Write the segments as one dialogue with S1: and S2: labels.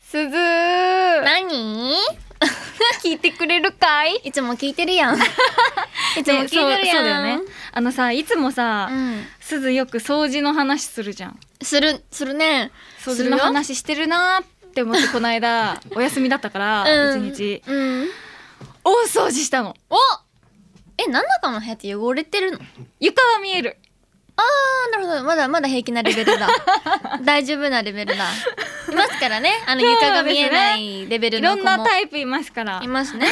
S1: 聞いてくれるかい
S2: いつも聞いてるや んいつも聞いてるやん、
S1: そうそうだよねあのさいつもさ、
S2: うん
S1: すずよく掃除の話するじゃん
S2: するするね
S1: 掃
S2: す
S1: 除
S2: る
S1: の
S2: よ
S1: 話してるなーって思ってこの 間お休みだったから一、
S2: うん
S1: 日
S2: うん
S1: 大掃除したの
S2: おえ何らかの部屋って汚れてるの
S1: 床は見える
S2: あーなるほどまだまだ平気なレベ ルだ大丈夫なレベルだいますからねあの床が見えないレベル
S1: い
S2: の子
S1: ろ
S2: も
S1: んなタイプいますから
S2: いますね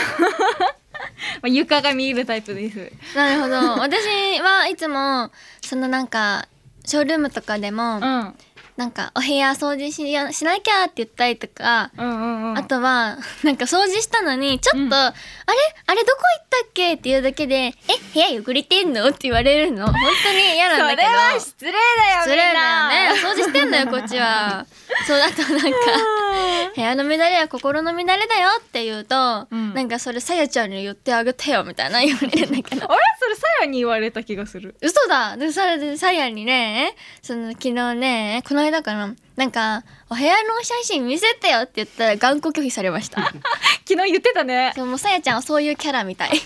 S1: まあ床が見えるタイプです
S2: なるほど私はいつもそのなんかショールームとかでも、
S1: うんうん
S2: なんかお部屋掃除しやしなきゃって言ったりとか、
S1: うんうん
S2: あとは なんか掃除したのにちょっと、
S1: うん
S2: あれあれどこ行ったっけって言うだけでえ部屋汚れてんのって言われるの本当に嫌なんだけど
S1: 失礼だ
S2: それだよね掃除してんのよこっ ちはそうだとなんか部屋の乱れは心の乱れだよって言うと、
S1: うん
S2: なんかそれさやちゃんに言ってあげてよみたいな言われるんだ けど
S1: あれそれさやに言われた気がする
S2: 嘘だでさらでさやにねその昨日ねこの間かななんかお部屋の写真見せてよって言ったら頑固拒否されました
S1: 昨日言ってた ね
S2: そうもうさやちゃんはそういうキャラみたい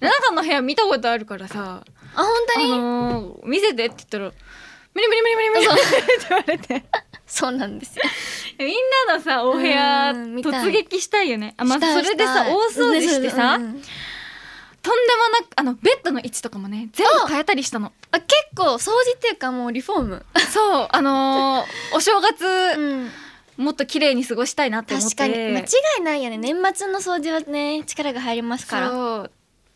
S1: 中の部屋見たことあるからさ
S2: あ本当
S1: あ
S2: に、
S1: のー、見せてって言ったら無理無理無理無理無理無理って言われて
S2: そうなんですよ
S1: みんなのさお部屋
S2: うん見たい
S1: 突撃したいよねあまず
S2: した
S1: そ
S2: い
S1: れでさ
S2: したい
S1: 大掃除してさ、
S2: うんうん
S1: とんでもなくあのベッドの位置とかもね全部変えたりしたの
S2: あ結構掃除っていうかもうリフォ ーム、
S1: そうあのー、お正月
S2: うん
S1: もっと綺麗に過ごしたいなって思っ
S2: 確
S1: て
S2: かに間違いないよね年末の掃除はね力が入りますから
S1: そう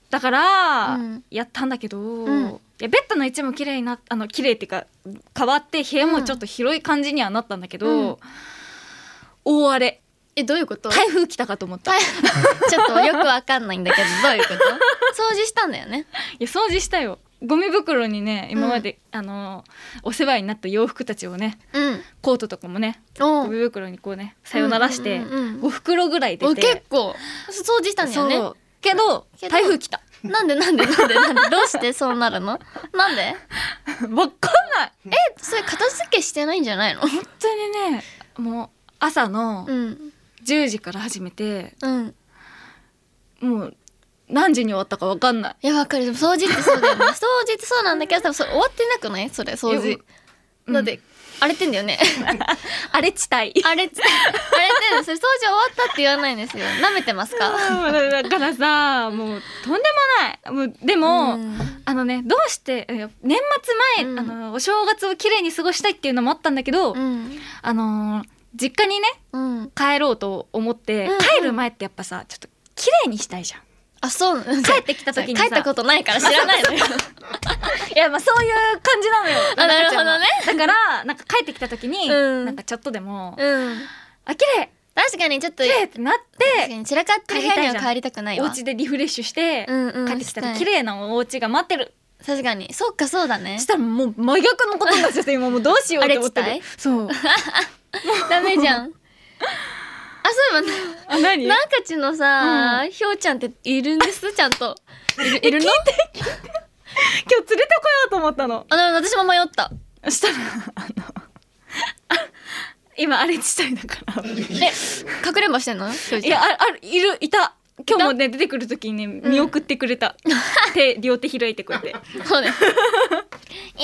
S1: だから、
S2: うん
S1: やったんだけど、
S2: ん
S1: いやベッドの位置も綺麗になあの綺麗っていうか変わって部屋もちょっと広い感じにはなったんだけど、
S2: うん
S1: 大荒れ
S2: えどういうこと
S1: 台風来たかと思ったい
S2: ちょっとよくわかんないんだけどどういうこと掃除したんだよね
S1: や掃除したよゴミ袋にね今まで、あのお世話になった洋服たちをね
S2: うん
S1: コートとかもね
S2: お
S1: ゴミ袋にこうねさよならして、
S2: うんうんうんうん
S1: 5袋ぐらい出
S2: お
S1: て
S2: 結構掃除したんだよ
S1: そ
S2: ね
S1: うけど
S2: けど
S1: 台風来 た
S2: なんでなんでなんでなんでどうしてそうなるの なんで
S1: わかんない
S2: えそれ片付けしてないんじゃないの
S1: 本当にねもう朝の
S2: うん
S1: 10時から始めて、
S2: うん
S1: もう何時に終わったかわかんない
S2: いやわかるでも掃除ってそうだよ ね掃除ってそうなんだけど多分それ終わってなくないそれ掃
S1: いや
S2: 除
S1: うん
S2: だって荒れてんだよね
S1: 荒れ地帯
S2: 荒れて荒れてるそれ掃除終わったって言わないんですよ舐めてますか
S1: だからさもうとんでもないもうでも、
S2: うん
S1: あのねどうしていや年末前、
S2: うん
S1: あのお正月を綺麗に過ごしたいっていうのもあったんだけど、
S2: うん
S1: あのー実家にね
S2: うん
S1: 帰ろうと思って、
S2: うんうん
S1: 帰る前ってやっぱさちょっと綺麗にしたいじゃん
S2: あそう帰
S1: 帰ってきた時にさ
S2: 帰ったことないから知らないのよ
S1: いやまあそういう感じなのよ
S2: あなるほどね
S1: だからなんか帰ってきた時に、
S2: うん
S1: なんかちょっとでも、
S2: うん
S1: あ綺麗
S2: 確かにちょっと
S1: 綺麗ってなっ
S2: 確か
S1: て
S2: に散らかってる部屋には帰りたくない
S1: お
S2: わ
S1: 家でリフレッシュして、
S2: うんうん
S1: 帰ってきたら
S2: したい
S1: 綺麗なお家が待ってる
S2: 確かにそうかそうだね
S1: したらもう真逆のことになっちゃって今もうどうしようって思って
S2: あれ
S1: る
S2: 地
S1: そう
S2: ダメじゃ んあそういえ
S1: あ
S2: ばな
S1: 何
S2: なんかちのさ、
S1: う
S2: ひょうちゃんっているんで すちゃんといるいるの
S1: 今日連れてこようと思ったの
S2: あでも私も迷 った
S1: したらあのあ今あれ地帯だ から
S2: え隠れんぼしてんのひょう
S1: い
S2: ちゃ
S1: や
S2: ん
S1: ああいるいた今日もね出てくる時にね見送ってくれ た、手両手開いてこうやって
S2: そうね いてらっし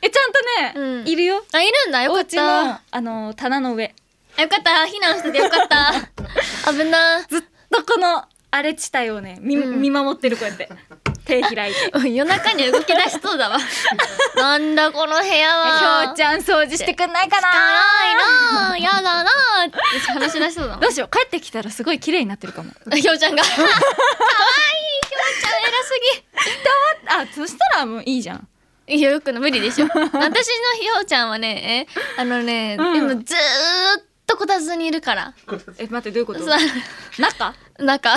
S1: えちゃんとね、
S2: うん
S1: いるよ
S2: ゃいあいるんだよ
S1: お
S2: かっ
S1: 家
S2: た
S1: のあの棚の上
S2: あよかった避難しててよかった 危な
S1: ずっとこの荒れ地帯をね見,、
S2: うん
S1: 見守ってるこうやって手開い て
S2: 夜中に動き出しそうだ わなんだこの部屋は
S1: ひょうちゃん掃除してくんないかな
S2: ゃいなや だなって話し出しそうだもん
S1: どうしよう帰ってきたらすごい綺麗になってるかも
S2: ひ ょうちゃんが可愛いひょうちゃん偉す
S1: あそしたらもういいじゃん
S2: ぎいやよくの無理でしょ私のひょうちゃんはねえあのね、
S1: うん
S2: 今ずーっとこたつにいるから
S1: え待ってどういうこと
S2: そう
S1: 中
S2: 中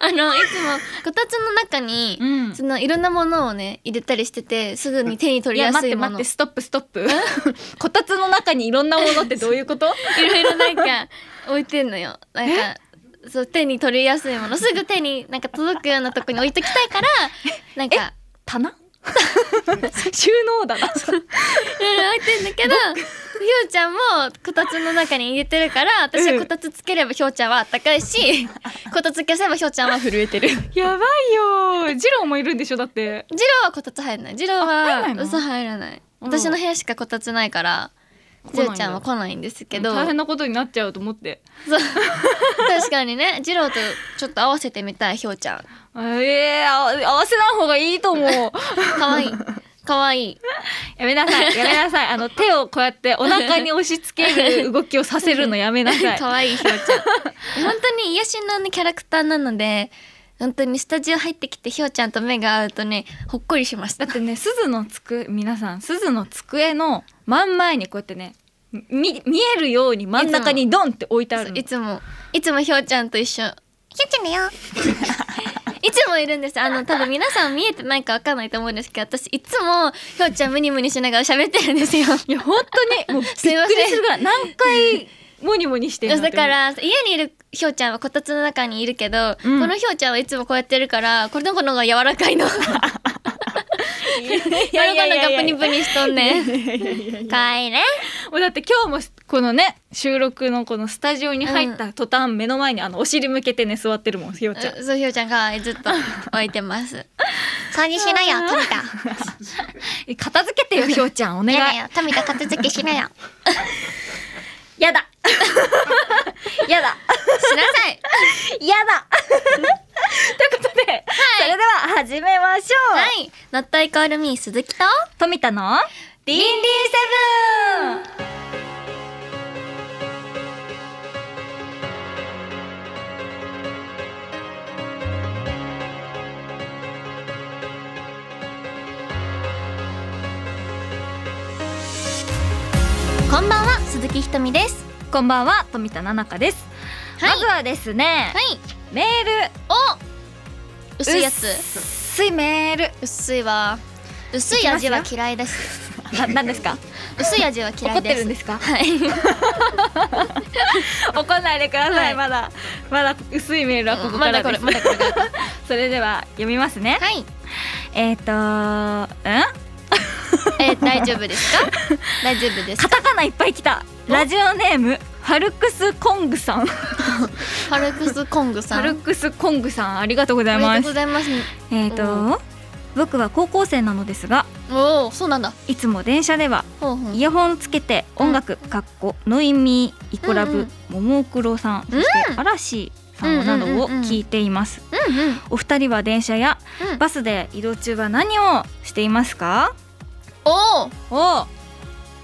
S2: あのいつもこたつの中に、
S1: うん
S2: そのいろんなものをね入れたりしててすぐに手に取
S1: い
S2: り
S1: や
S2: や
S1: 待
S2: す
S1: っ
S2: い
S1: て
S2: も
S1: 待っ
S2: の
S1: てストップストップこたつの中にいろんなものってどういうこと
S2: いろいろなんか置いてんのよなんかそう手に取りやすいものすぐ手になんか届くようなとこに置いときたいからなんか
S1: 棚収納だな
S2: うん置いてんだけどひょうちゃんもこたつの中に入れてるから私はこたつつければひょうちゃんはあったかいし、こたつ消せばひょうちゃんは震えてるジ
S1: やばいよジローもいるんでしょだって
S2: ローはこたつ入らないジロー
S1: あ入らない
S2: は
S1: の
S2: 嘘入らない
S1: うん
S2: 私の部屋しかこたつないから
S1: 来
S2: ジ
S1: ないんだ
S2: ローちゃんは来ないんですけど、
S1: 大変なことになっちゃうと思って
S2: そう確かにねジローとちょっと合わせてみたいひょうちゃん
S1: あえー、あ合わせない方がいいと思う や
S2: かわいいかわいい
S1: めなさいやめなさいあの手をこうやってお腹に押し付ける動きをさせるのやめなさい
S2: 可愛いひょうちゃん本当に癒しのねキャラクターなので本当にスタジオ入ってきてひょうちゃんと目が合うとねほっこりしまし
S1: だ
S2: た
S1: ってね鈴のつく皆さん鈴の机の真ん前にこうやってねみ見えるように真ん中にドンって置いてあるの
S2: いつもいつもひょうちゃんと一緒ひょうちゃんだよ いつもいるんですあの多分皆さん見えてないかわかんないと思うんですけど私いつもひょうちゃんムニムニしながら喋ってるん ですよ
S1: いや本当にもうびっく
S2: すいません
S1: りするぐらい何回モニモニしてるの
S2: だから家にいるひょうちゃんはこたつの中にいるけど、
S1: うん
S2: このひょうちゃんはいつもこうやってるからこの子の方が柔らかいのこの子の方がプニプニしとんねんかわいいね
S1: もうだって今日もこのね収録のこのスタジオに入った途端、目の前にあのお尻向けてね座ってるもんひよちゃん
S2: うんそうひょうちゃんがずっと置いてます掃除しなよ富田
S1: え片付けてよひよちゃんお願いや
S2: よ富田片付けしなよ
S1: だ やだ
S2: しなさい
S1: やだということで、それで は始めましょう、
S2: はいノットイコールミー鈴木と
S1: 富田のディンディンセブン
S2: こんばんは鈴木ひとみです
S1: こんばんは富田奈々香です、
S2: はい
S1: まずはですね、
S2: はい
S1: メール
S2: お薄いやつ
S1: 薄いメール
S2: 薄いわ薄い味は嫌いだし
S1: ななんですか
S2: 薄い味は 嫌
S1: 怒っ
S2: い
S1: て
S2: で
S1: るん
S2: す
S1: ですか
S2: はい、
S1: 怒んないでください、
S2: はい
S1: まだまだ薄いメールはここか
S2: ま
S1: ら
S2: だこ
S1: で
S2: れ
S1: す、
S2: まだこれが
S1: それでは読みますね、
S2: はい、
S1: えっ、とうん
S2: えー、大丈夫です か大丈夫です
S1: カタカナいっぱい来たラジオネームファルクスコングさんフ
S2: ファルクスコングさん
S1: ァルクスコングさんありがとうござい
S2: おめで
S1: ま
S2: とう
S1: す
S2: ございます
S1: えっ、と、僕は高校生なのですが
S2: おおそうなんだ
S1: いつも電車では
S2: ほうほう
S1: イヤホンをつけて音楽かっこノイミーイコラ
S2: うんう
S1: ブ
S2: ん
S1: ももクロさんそして嵐さんなどを聞いています
S2: うんうん
S1: お二人は電車や
S2: うん
S1: バスで移動中は何をしていますか
S2: おお
S1: お、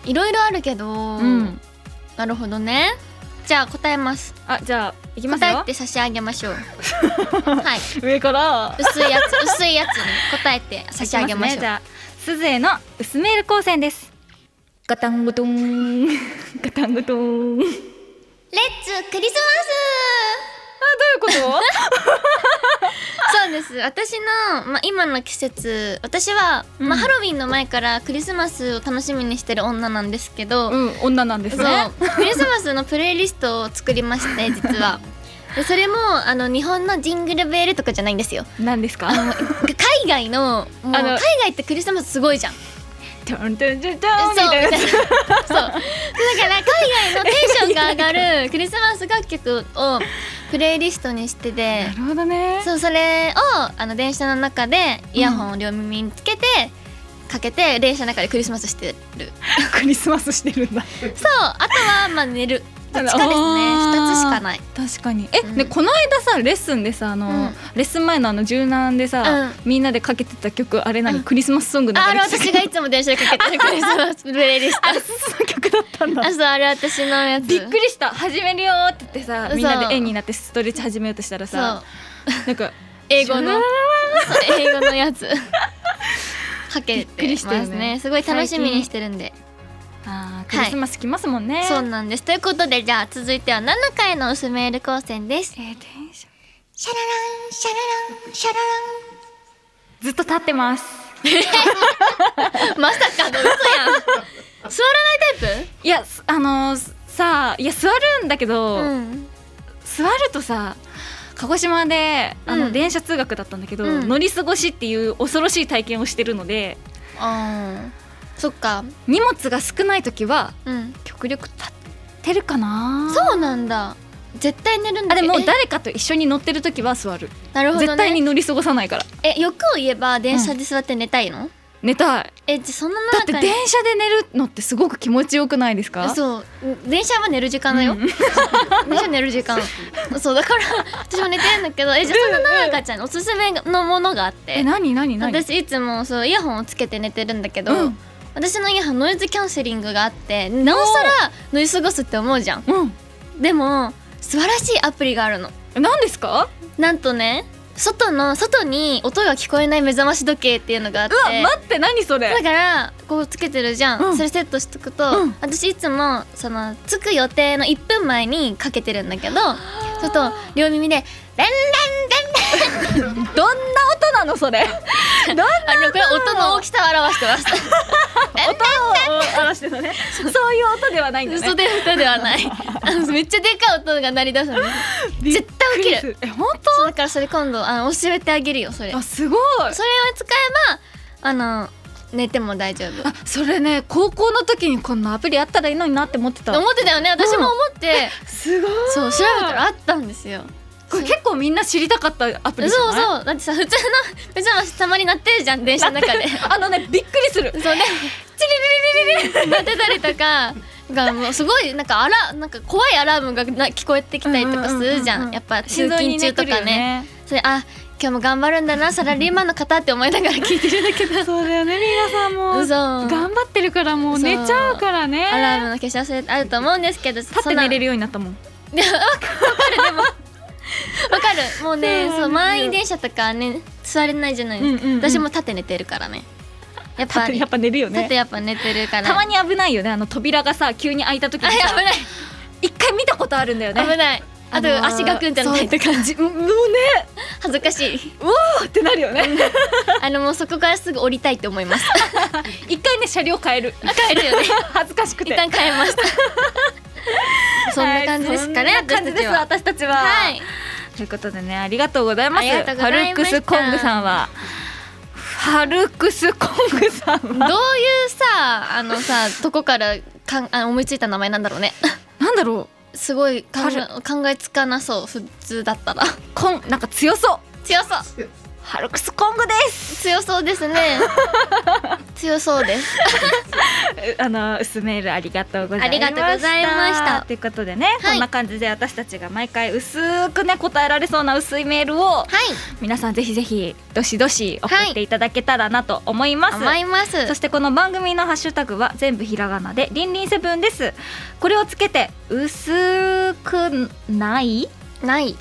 S2: いろいろあるけど、
S1: うん、
S2: なるほどねじゃあ答えます
S1: あじゃあ行きます
S2: 答え
S1: よ
S2: て差し上げ ましょうはい
S1: 上から
S2: 薄いやつ薄いやつに答えて差し上げましょう
S1: じゃあ鈴江の薄メール光線ですガタンゴトン ガタンゴトンあどういう
S2: レッツクリスマ
S1: こと
S2: スそうです私の、まあ、今の季節私は、
S1: うん
S2: まあ、ハロウィンの前からクリスマスを楽しみにしてる女なんですけど、
S1: うん女なんです
S2: そう
S1: ね
S2: クリスマスのプレイリストを作りまして実は。でそれもあの日本のジングルベールとかじゃないんですよ
S1: なんですか
S2: あの海外のもう
S1: あの
S2: 海外ってクリスマスすごいじゃん
S1: トントントントンみ
S2: そうみ
S1: た
S2: た
S1: い
S2: い
S1: な
S2: なそうだから海外のテンションが上がるクリスマス楽曲をプレイリストにしてて
S1: なるほどね
S2: そうそれをあの電車の中でイヤホンを両耳につけて、かけて電車の中でクリスマスしてる
S1: クリスマスしてるんだ
S2: そうあとはまあ寝るどっちかです
S1: あ
S2: ね
S1: ー
S2: 2つしかない
S1: 確かにえ、
S2: うん
S1: ねこの間さレッスンでさあの、
S2: うん
S1: レッスン前のあの柔軟でさ、
S2: うん
S1: みんなでかけてた曲あれ何、
S2: うん
S1: クリスマスソングの
S2: ああれ
S1: や つ
S2: 私がいつも電車でかけてるクリスマスプレイリスト
S1: あれすずの曲だったんだ
S2: あそうあれ私のやつ
S1: びっくりした始めるよーって言ってさ
S2: そう
S1: みんなで円になってストレッチ始めようとしたら
S2: そう
S1: さなんか
S2: 英語の
S1: シャラララ
S2: そう英語のや つかけ
S1: びっく
S2: て
S1: りしたよ
S2: ますね
S1: ね
S2: すごい楽しみにしてるんで、
S1: あークリスマス来ますもんね、
S2: そうなんですということでじゃあ続いては7回の薄メール光線です
S1: えー、電車
S2: シャラランシャラランシャラ
S1: ずっと立ってます
S2: ラン まさかの嘘やん座らないタイ
S1: いやすあのーさあいや座るんだけ
S2: プ
S1: ど、
S2: うん
S1: 座るとさ鹿児島であの、
S2: うん
S1: 電車通学だったんだけど、
S2: うん
S1: 乗り過ごしっていう恐ろしい体験をしてるので
S2: あーそっか
S1: 荷物が少ない時は
S2: うん
S1: 極力立ってるかな
S2: そうなんだ絶対寝るんだ
S1: あでも
S2: え
S1: 誰かと一緒に乗ってる時は座る、
S2: なるほど、ね、
S1: 絶対に乗り過ごさないから
S2: え欲を言えば電車で座って寝たいの、
S1: 寝たい
S2: えじゃあそんな
S1: だっ
S2: 中
S1: て
S2: に
S1: 電車で寝るのってすごく気持ちよくないですか
S2: そう電車は寝る時間だよ、
S1: うん
S2: 電車寝る時間そうだから私も寝てるんだけどえじゃあそんなななかちゃんのおすすめのものがあっ
S1: え
S2: て
S1: 何何何
S2: 私いつもそうイヤホンをつけて寝てるんだけど、
S1: うん
S2: 私のイヤホンノイズキャンセリングがあってなおさら乗り過ごすって思うじゃん
S1: う
S2: でも素晴らしいアプリがあるの
S1: ん何ですか
S2: なんとね外の外に音が聞こえない目覚まし時計っていうのがあっ
S1: うわ
S2: て
S1: 待って何それ
S2: だからこうつけてるじゃん、
S1: うん
S2: それセットしとくと、
S1: うん
S2: 私いつもその着く予定の1分前にかけてるんだけどちょっと両耳で「レンレンレ
S1: どんな音なのそ れ
S2: ン」あのこれ音の大きさを表してました
S1: 音を表してたね そういう音ではないんだね
S2: 嘘で歌では ないあのめっちゃでかい音が鳴り出すの
S1: びっくり
S2: 絶対起き
S1: すえ本
S2: そうだからそれ今度あの教えてあげるよそれ
S1: 当
S2: そ
S1: あすごい
S2: れを使えばあの寝ても大丈夫
S1: あそれね高校の時にこんなアプリあったらいいのになって思ってた
S2: 思ってたよね私も思 って、
S1: すごい
S2: そう調べたらあったんですよ
S1: これ結構みんな知りたかったアプ
S2: そう
S1: リじゃない
S2: そうだってさ普通の目覚ましたまになってるじゃん電車の中 で
S1: あのねびっくりする
S2: そうねチリリリリリなってたりとかがもうすごいなんかアラなんか怖いアラームがな聞こえてきたりとかするじゃん,、
S1: うんうんうんうん
S2: やっぱ通勤中とかね
S1: ね
S2: それあ今日も頑張るんだなサラリーマンの方って思いながら聞いてるんだけど
S1: そうだよね皆さんも
S2: 嘘
S1: 頑張ってるからもう寝ちゃうからね
S2: アラームの消し忘れあると思うんですけど
S1: 立って寝れ
S2: る
S1: るようになったもん
S2: わかるもうね
S1: そう
S2: そう満
S1: う
S2: 員
S1: ん
S2: 電車とかね座れないじゃないですか、
S1: うんうんうん
S2: 私も立って寝てるからねやっ
S1: 立っ
S2: ぱ
S1: てやっぱ寝るよ
S2: 立っ
S1: ね
S2: てやっぱ寝てるから
S1: たまに危ないよねあの扉がさ急に開いた時
S2: あ
S1: にさ
S2: 危ない
S1: 一回見たことあるんだよね
S2: 危ないあと、
S1: のー
S2: 足がくんじゃないとか
S1: そうじもうね
S2: 恥ずかしい
S1: あってなるよね
S2: あのもうそこからすぐ降りたいって思 います
S1: 一回ね車両変え る
S2: 帰るよね
S1: 恥ずかしく
S2: 一
S1: て
S2: 旦帰りました そんな感じですかね、
S1: はいそんな感じです
S2: 私た
S1: 私た
S2: ち
S1: ちは
S2: ははい
S1: ということでねありがとうございます
S2: ありがとうございました
S1: ハルクスコングさんはハルクスコングさん
S2: どう
S1: は
S2: いうさあのさとこからかんあ思いついた名前なんだろうね
S1: なんだろう
S2: すごい考
S1: あ
S2: え考えつかなそう普通だったら
S1: コンなんか強そう
S2: 強そう
S1: ハルクスコングです
S2: 強そうで すね強そうです
S1: え あの薄メールありがとうございました
S2: ありがとうございました
S1: ということでね、
S2: はい
S1: こんな感じで私たちが毎回薄くね答えられそうな薄いメールを
S2: はい
S1: 皆さんぜひぜひどしどし送っていただけたらなと思います、
S2: 思います
S1: そしてこの番組のハッシュタグは全部ひらがなでりんりんセブンですこれをつけて薄くない
S2: ない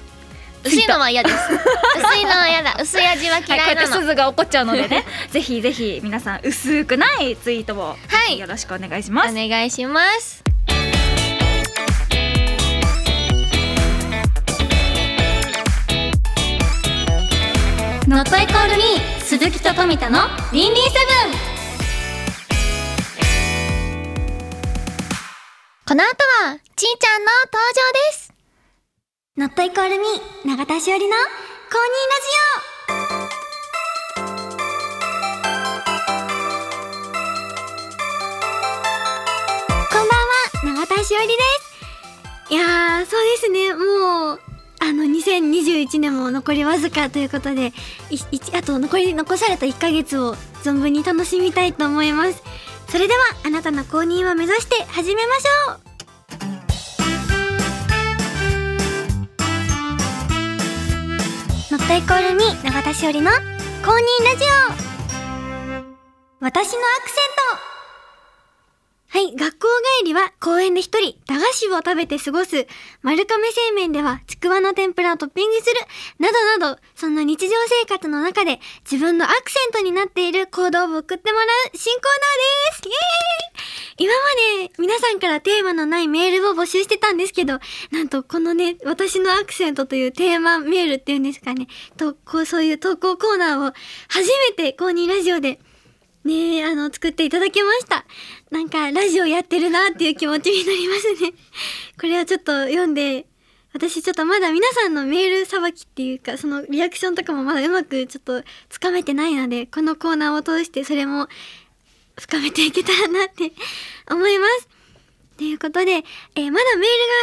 S2: 薄いのは嫌です 薄いのは嫌だ薄い味は
S1: はい、こう
S2: 嫌い
S1: や
S2: な
S1: って
S2: の、
S1: 鈴が怒っちゃうのでね ぜひぜひ皆さん薄くないツイートを
S2: はい
S1: よろしくお願いします、
S2: お願いしますノットイコールに鈴木と富田のリンリンセブンこの後はちーちゃんの登場です
S3: ノットイコールミー永田しおりの公認ラジオこんばんは永田しおりですいやーそうですねもうあの2021年も残りわずかということでいいあと残り残された1ヶ月を存分に楽しみたいと思いますそれではあなたの公認を目指して始めましょうノットイコールに永田しおりの公認ラジオ私のアクセントはい、学校帰りは公園で一人駄菓子を食べて過ごす、丸亀製麺ではちくわの天ぷらをトッピングする、などなど、そんな日常生活の中で自分のアクセントになっている行動を送ってもらう新コーナーですイエーイ今まで皆さんからテーマのないメールを募集してたんですけど、なんとこのね、私のアクセントというテーマメールっていうんですかね、と、こうそういう投稿コーナーを初めて公認ラジオでねえ、あの、作っていただきました。なんか、ラジオやってるなっていう気持ちになりますね。これはちょっと読んで、私ちょっとまだ皆さんのメールさばきっていうか、そのリアクションとかもまだうまくちょっとつかめてないので、このコーナーを通してそれも深めていけたらなって 思います。ということで、えーまだメールが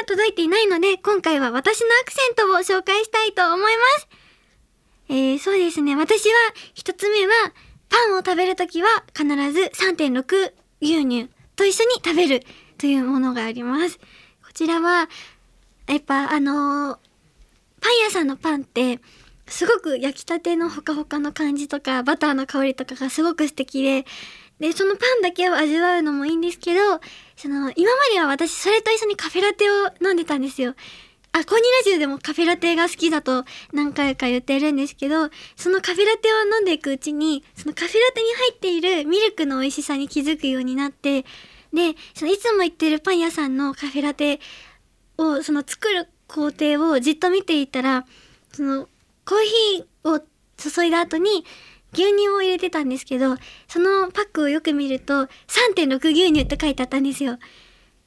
S3: 届いていないので、今回は私のアクセントを紹介したいと思います。えーそうですね。私は、一つ目は、パンを食べるときは必ず3.6牛乳と一緒に食べるというものがあります。こちらは、やっぱあのーパン屋さんのパンってすごく焼きたてのほかほかの感じとかバターの香りとかがすごく素敵ででそのパンだけを味わうのもいいんですけどその今までは私それと一緒にカフェラテを飲んでたんですよ。あ、コーニラジオでもカフェラテが好きだと何回か言ってるんですけど、そのカフェラテを飲んでいくうちに、そのカフェラテに入っているミルクの美味しさに気づくようになって、で、そのいつも行ってるパン屋さんのカフェラテをその作る工程をじっと見ていたらそのコーヒーを注いだ後に牛乳を入れてたんですけどそのパックをよく見ると3.6牛乳って書いてあったんですよ。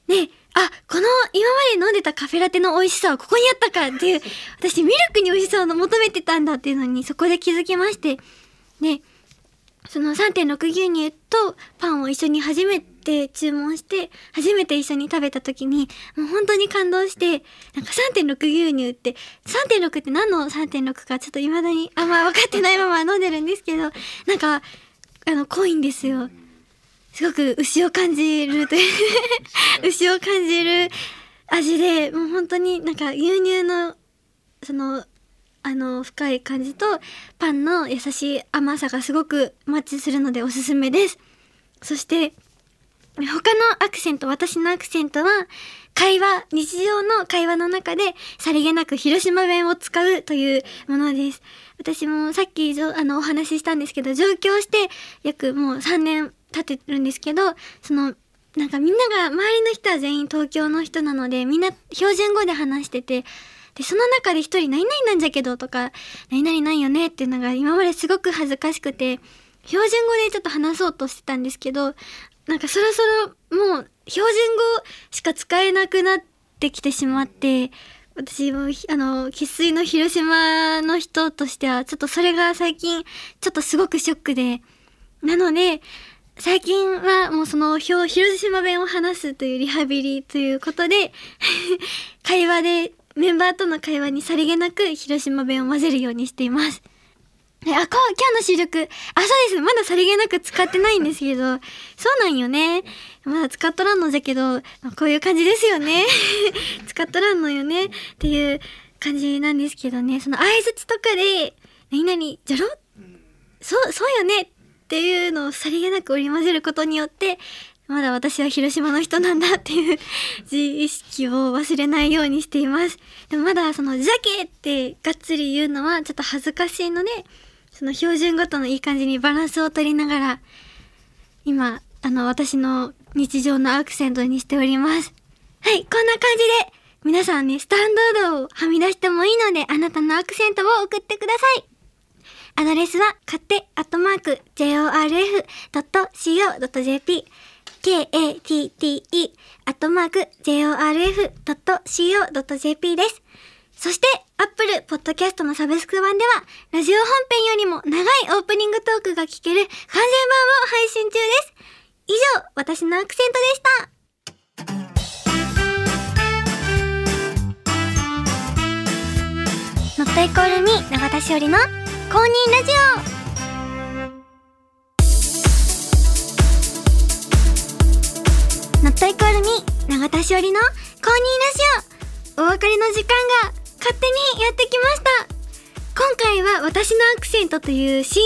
S3: であこの今まで飲んでたカフェラテの美味しさはここにあったかっていう私ミルクに美味しさを求めてたんだっていうのにそこで気づきましてでその3.6牛乳とパンを一緒に初めて注文して初めて一緒に食べた時にもう本当に感動してなんか3.6牛乳って3.6って何の3.6かちょっといまだにあんま分かってないまま飲んでるんですけどなんかあの濃いんですよ。すごく牛を感じるという牛を感じる味でもう本当になんか牛乳のそのあの深い感じとパンの優しい甘さがすごくマッチするのでおすすめですそして他のアクセント私のアクセントは会話日常の会話の中でさりげなく広島弁を使うというものです私もさっきじょあのお話ししたんですけど上京して約もう3年経ってるんですけどそのなんかみんなが周りの人は全員東京の人なのでみんな標準語で話しててでその中で一人「何々なんじゃけど」とか「何々なんよね」っていうのが今まですごく恥ずかしくて標準語でちょっと話そうとしてたんですけどなんかそろそろもう標準語しか使えなくなってきてしまって私もひあの生粋の広島の人としてはちょっとそれが最近ちょっとすごくショックでなので最近はもうそのひょ広島弁を話すというリハビリということで 会話でメンバーとの会話にさりげなく広島弁を混ぜるようにしています。えあ、こう、今日の収録。あ、そうです。まださりげなく使ってないんですけど、そうなんよね。まだ使っとらんのじゃけど、こういう感じですよね。 使っとらんのよね。っていう感じなんですけどね。その相づちとかで、何々、じゃろそう、そうよねっていうのをさりげなく織り交ぜることによって、まだ私は広島の人なんだっていう自意識を忘れないようにしています。でもまだその、じゃけってがっつり言うのはちょっと恥ずかしいので、その標準語とのいい感じにバランスを取りながら、今、あの、私の日常のアクセントにしております。はい、こんな感じで、皆さんね、スタンダードをはみ出してもいいので、あなたのアクセントを送ってください。アドレスは、勝手、アットマーク、jorf.co.jp、k-a-t-t-e、アットマーク、jorf.co.jp です。そして、アップルポッドキャストのサブスク版では、ラジオ本編よりも長いオープニングトークが聞ける完全版を配信中です。以上、私のアクセントでした。ノットイコールミ永田しおりの公認ラジオノットイコールミ永田しおりの公認ラジオお別れの時間が勝手にやってきました今回は私のアクセントという新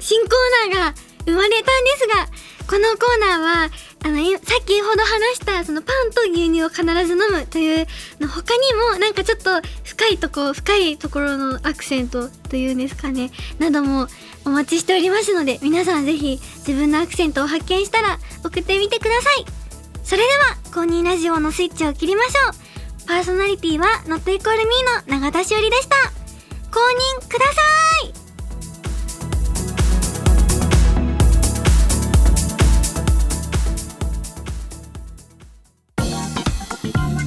S3: 新コーナーが生まれたんですがこのコーナーはあのい先ほど話したそのパンと牛乳を必ず飲むというの他にもなんかちょっと深いとこ深いところのアクセントというんですかねなどもお待ちしておりますので皆さんぜひ自分のアクセントを発見したら送ってみてくださいそれでは公認ラジオのスイッチを切りましょうパーソナリティはノットイコールミーの永田しおりでした公認ください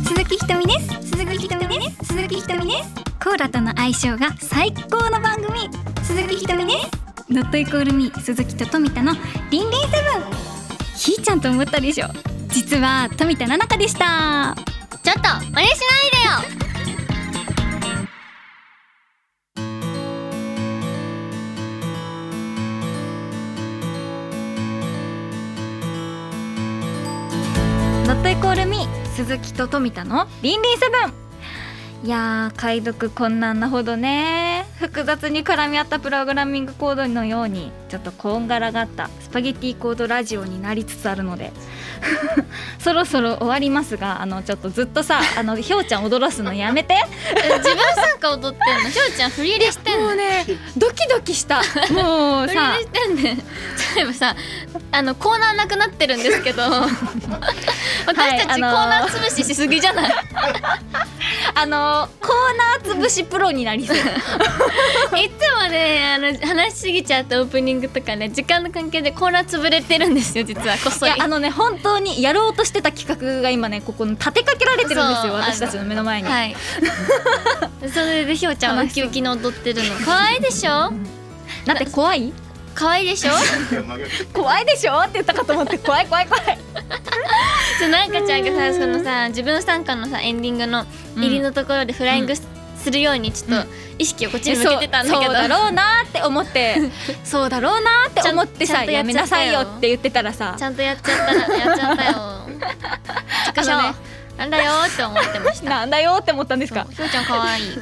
S3: 鈴木ひとみです鈴木ひとみです鈴木ひとみですコーラとの相性が最高の番組鈴木ひとみですノットイコールミー鈴木と富田のリンリンセブンひーちゃんと思ったでしょ実は富田七香でした
S2: ちょっと真似しないでよ
S1: 「ノットイコールミ鈴木と富田のリンリンセブン」いやー解読困難なほどね複雑に絡み合ったプログラミングコードのようにちょっとこんがらがったスパゲティコードラジオになりつつあるので そろそろ終わりますがあのちょっとずっとさあのひょうちゃん踊らすのやめて
S2: え自分参加踊ってんのひょうちゃん振り入れしてん
S1: も
S2: の
S1: うねドキドキしたもう
S2: 振り入
S1: さ
S2: れしてんねんそういえばさあのコーナーなくなってるんです けど私
S1: あ
S2: たちコ
S1: の
S2: ー
S1: ー
S2: ナー潰ししすぎじゃない、
S1: あのコーナー潰しプロになりそう
S2: いつもねあの話しすぎちゃったオープニングとかね時間の関係でコーナー潰れてるんですよ実はこっ
S1: い
S2: そり
S1: やあのね本当にやろうとしてた企画が今ねここに立てかけられてるんです
S2: そう
S1: よ私たちの目の前に、
S2: はいそれでひょうちゃんはウキウキの踊ってるの可愛いでしょ
S1: だって怖い
S2: 可愛いでしょ
S1: 怖いでしょって言ったかと思って怖い怖い怖 い
S2: そうなんかちゃんがさそのさ自分参加のさエンディングの入りのところでフライングすするようにちょっと意識をこっちに向けてたんだけ
S1: そう
S2: ど、
S1: だろうなーって思って そうだろうなーって思って
S2: ちゃ
S1: さ
S2: んと
S1: や
S2: やっ
S1: め
S2: ちゃ
S1: な
S2: った
S1: さ
S2: よ
S1: いよって言ってたらさ
S2: ちゃんとやっちゃったらやっちゃったよ。ちくしょう
S1: あのね
S2: なんだよーって思ってました。
S1: なんだよーって思ったんですか
S2: そうひょうちゃん可愛い。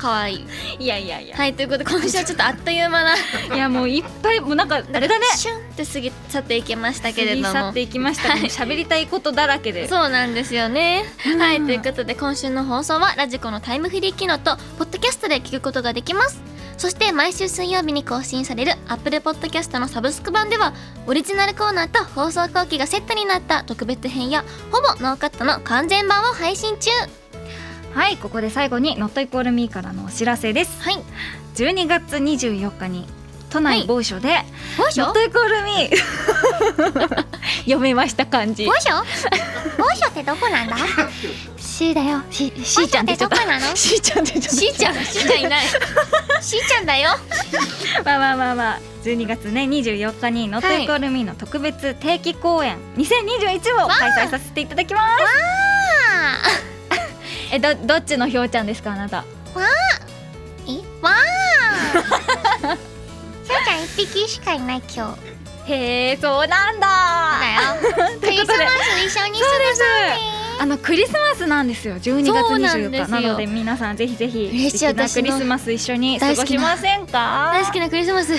S2: 可愛い。
S1: いやいやいや
S2: はいということで今週はちょっとあっという間な。
S1: いやもういっぱいもうなんかあれだね
S2: シュンって過ぎ去っていきましたけ
S1: 過
S2: れ
S1: ぎ
S2: ど
S1: 去っ
S2: も
S1: て。いきましたけど喋りたいことだらけ で
S2: そうなんですよね。
S1: うん
S2: はいということで今週の放送はラジコのタイムフリー機能とポッドキャストで聞くことができます。そして毎週水曜日に更新される Apple Podcast のサブスク版ではオリジナルコーナーと放送後期がセットになった特別編やほぼノーカットの完全版を配信中
S1: はいここで最後に「ノットイコールミーからのお知らせです
S2: はい
S1: 12月24日に都内某所で
S2: よ
S1: 「
S2: いしょ
S1: ノットイコールミー」 読めました感じ
S2: 某所 某所ってどこなんだ
S3: しーだよし
S1: しーちゃんってちょっと
S2: どこな の
S1: しーちゃんってちょっと
S2: しーちゃんしーちゃ んいないしーちゃんだよ
S1: まあまあまあまあ12月ね24日に「ノットイコールミー」の特別定期公演2021を開催させていただきますえどどっちのひょうちゃんですかあなた
S2: えわ
S3: ひょうちゃん一匹しかいない今日
S1: へえそうなんだ
S2: ーだよクリスマス一緒に過
S1: そう
S2: ご
S1: です
S2: そう
S1: あのクリスマスなんですよ12月
S2: そうなん
S1: 24
S2: ですよ
S1: 日なので皆さんぜひぜひ
S2: 嬉しい
S1: 素敵な
S2: 私
S1: ク
S2: の
S1: リスマス一緒に過ごしませんか
S2: 大好きなクリスマス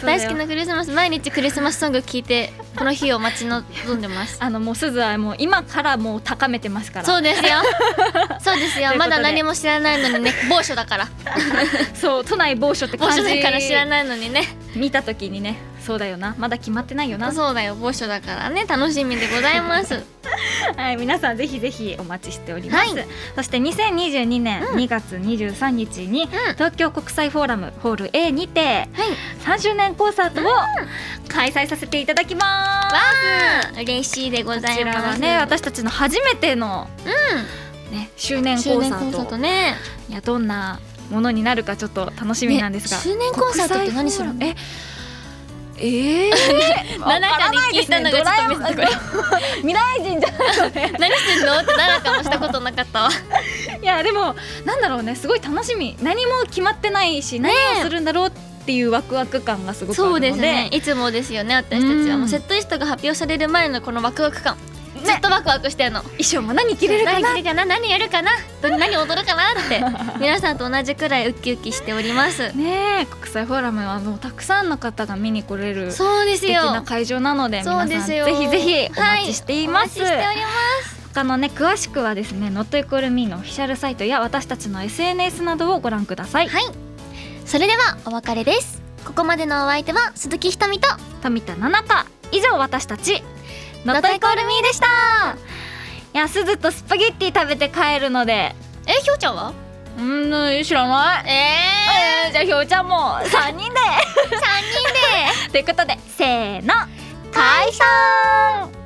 S1: そうだよ
S2: 大好きなクリスマス毎日クリスマスソング聞いてこの日を待ち望んでます
S1: あのもうすずはもう今からもう高めてますから
S2: そうですよそうです
S1: ということ
S2: よ
S1: で
S2: まだ何も知らないのにね某所だから
S1: そう都内某所って
S2: 某
S1: 感じ
S2: 所だから知らないのにね
S1: 見た時にねそうだよなまだ決まってないよな
S2: そうだよ某所だからね楽しみでございます
S1: はい、皆さんぜひぜひお待ちしております。
S2: はい
S1: そして2022年
S2: うん
S1: 2月23日に東京国際フォーラムホール A にて
S2: はい
S1: 3周年コンサートを開催させていただきます。
S2: わー嬉しいでござ
S1: こち
S2: い
S1: ら
S2: ま
S1: は
S2: す。
S1: ね、私たちの初めての、ね周年コ
S2: 周
S1: ン
S2: 年
S1: サ
S2: コンサー
S1: ー
S2: ト
S1: ト。
S2: ね。
S1: いやどんなものになるかちょっと楽しみなんですが。
S2: ね周年コンサートって何するの
S1: 国際フォーラムえ、 えー、
S2: ななかに聞いたのがちょっと見せてくれ
S1: わからないですねドラえもん未来人じゃないのね。
S2: 何してんのってなるかもしたことなかったわ。
S1: いやでもなんだろうねすごい楽しみ何も決まってないし、何をするんだろうっていうワクワク感がすごくある
S2: そ
S1: の
S2: う
S1: で
S2: ですね。いつもですよね私たちは
S1: うん
S2: もうセットリストが発表される前のこのワクワク感。ずっとワクワクしてんの。
S1: 衣装も何着れるかな
S2: 何着るかな何やるかなど何踊るかなって 皆さんと同じくらいウキウキしております。
S1: ねえ国際フォーラムはもうたくさんの方が見に来れる素
S2: そうです
S1: 敵
S2: よ。
S1: な会場なので
S2: そう
S1: 皆
S2: で
S1: さん
S2: す
S1: ぜ
S2: よ。
S1: ひぜひお待ちしています、
S2: はいお待ちしております。
S1: 他のね詳しくはですね Not Equal Me のオフィシャルサイトや私たちの SNS などをご覧ください、
S2: はいそれではお別れですここまでのお相手は鈴木ひとみと
S1: 富田七香以上私たち Not Equal Me でしたいやすずとスパゲッティ食べて帰るので
S2: えひょうちゃんは
S1: うーん知らない
S2: ええ
S1: えーじゃあひょうちゃんも3人で
S2: ー、3人で
S1: ということでせーの
S2: 解散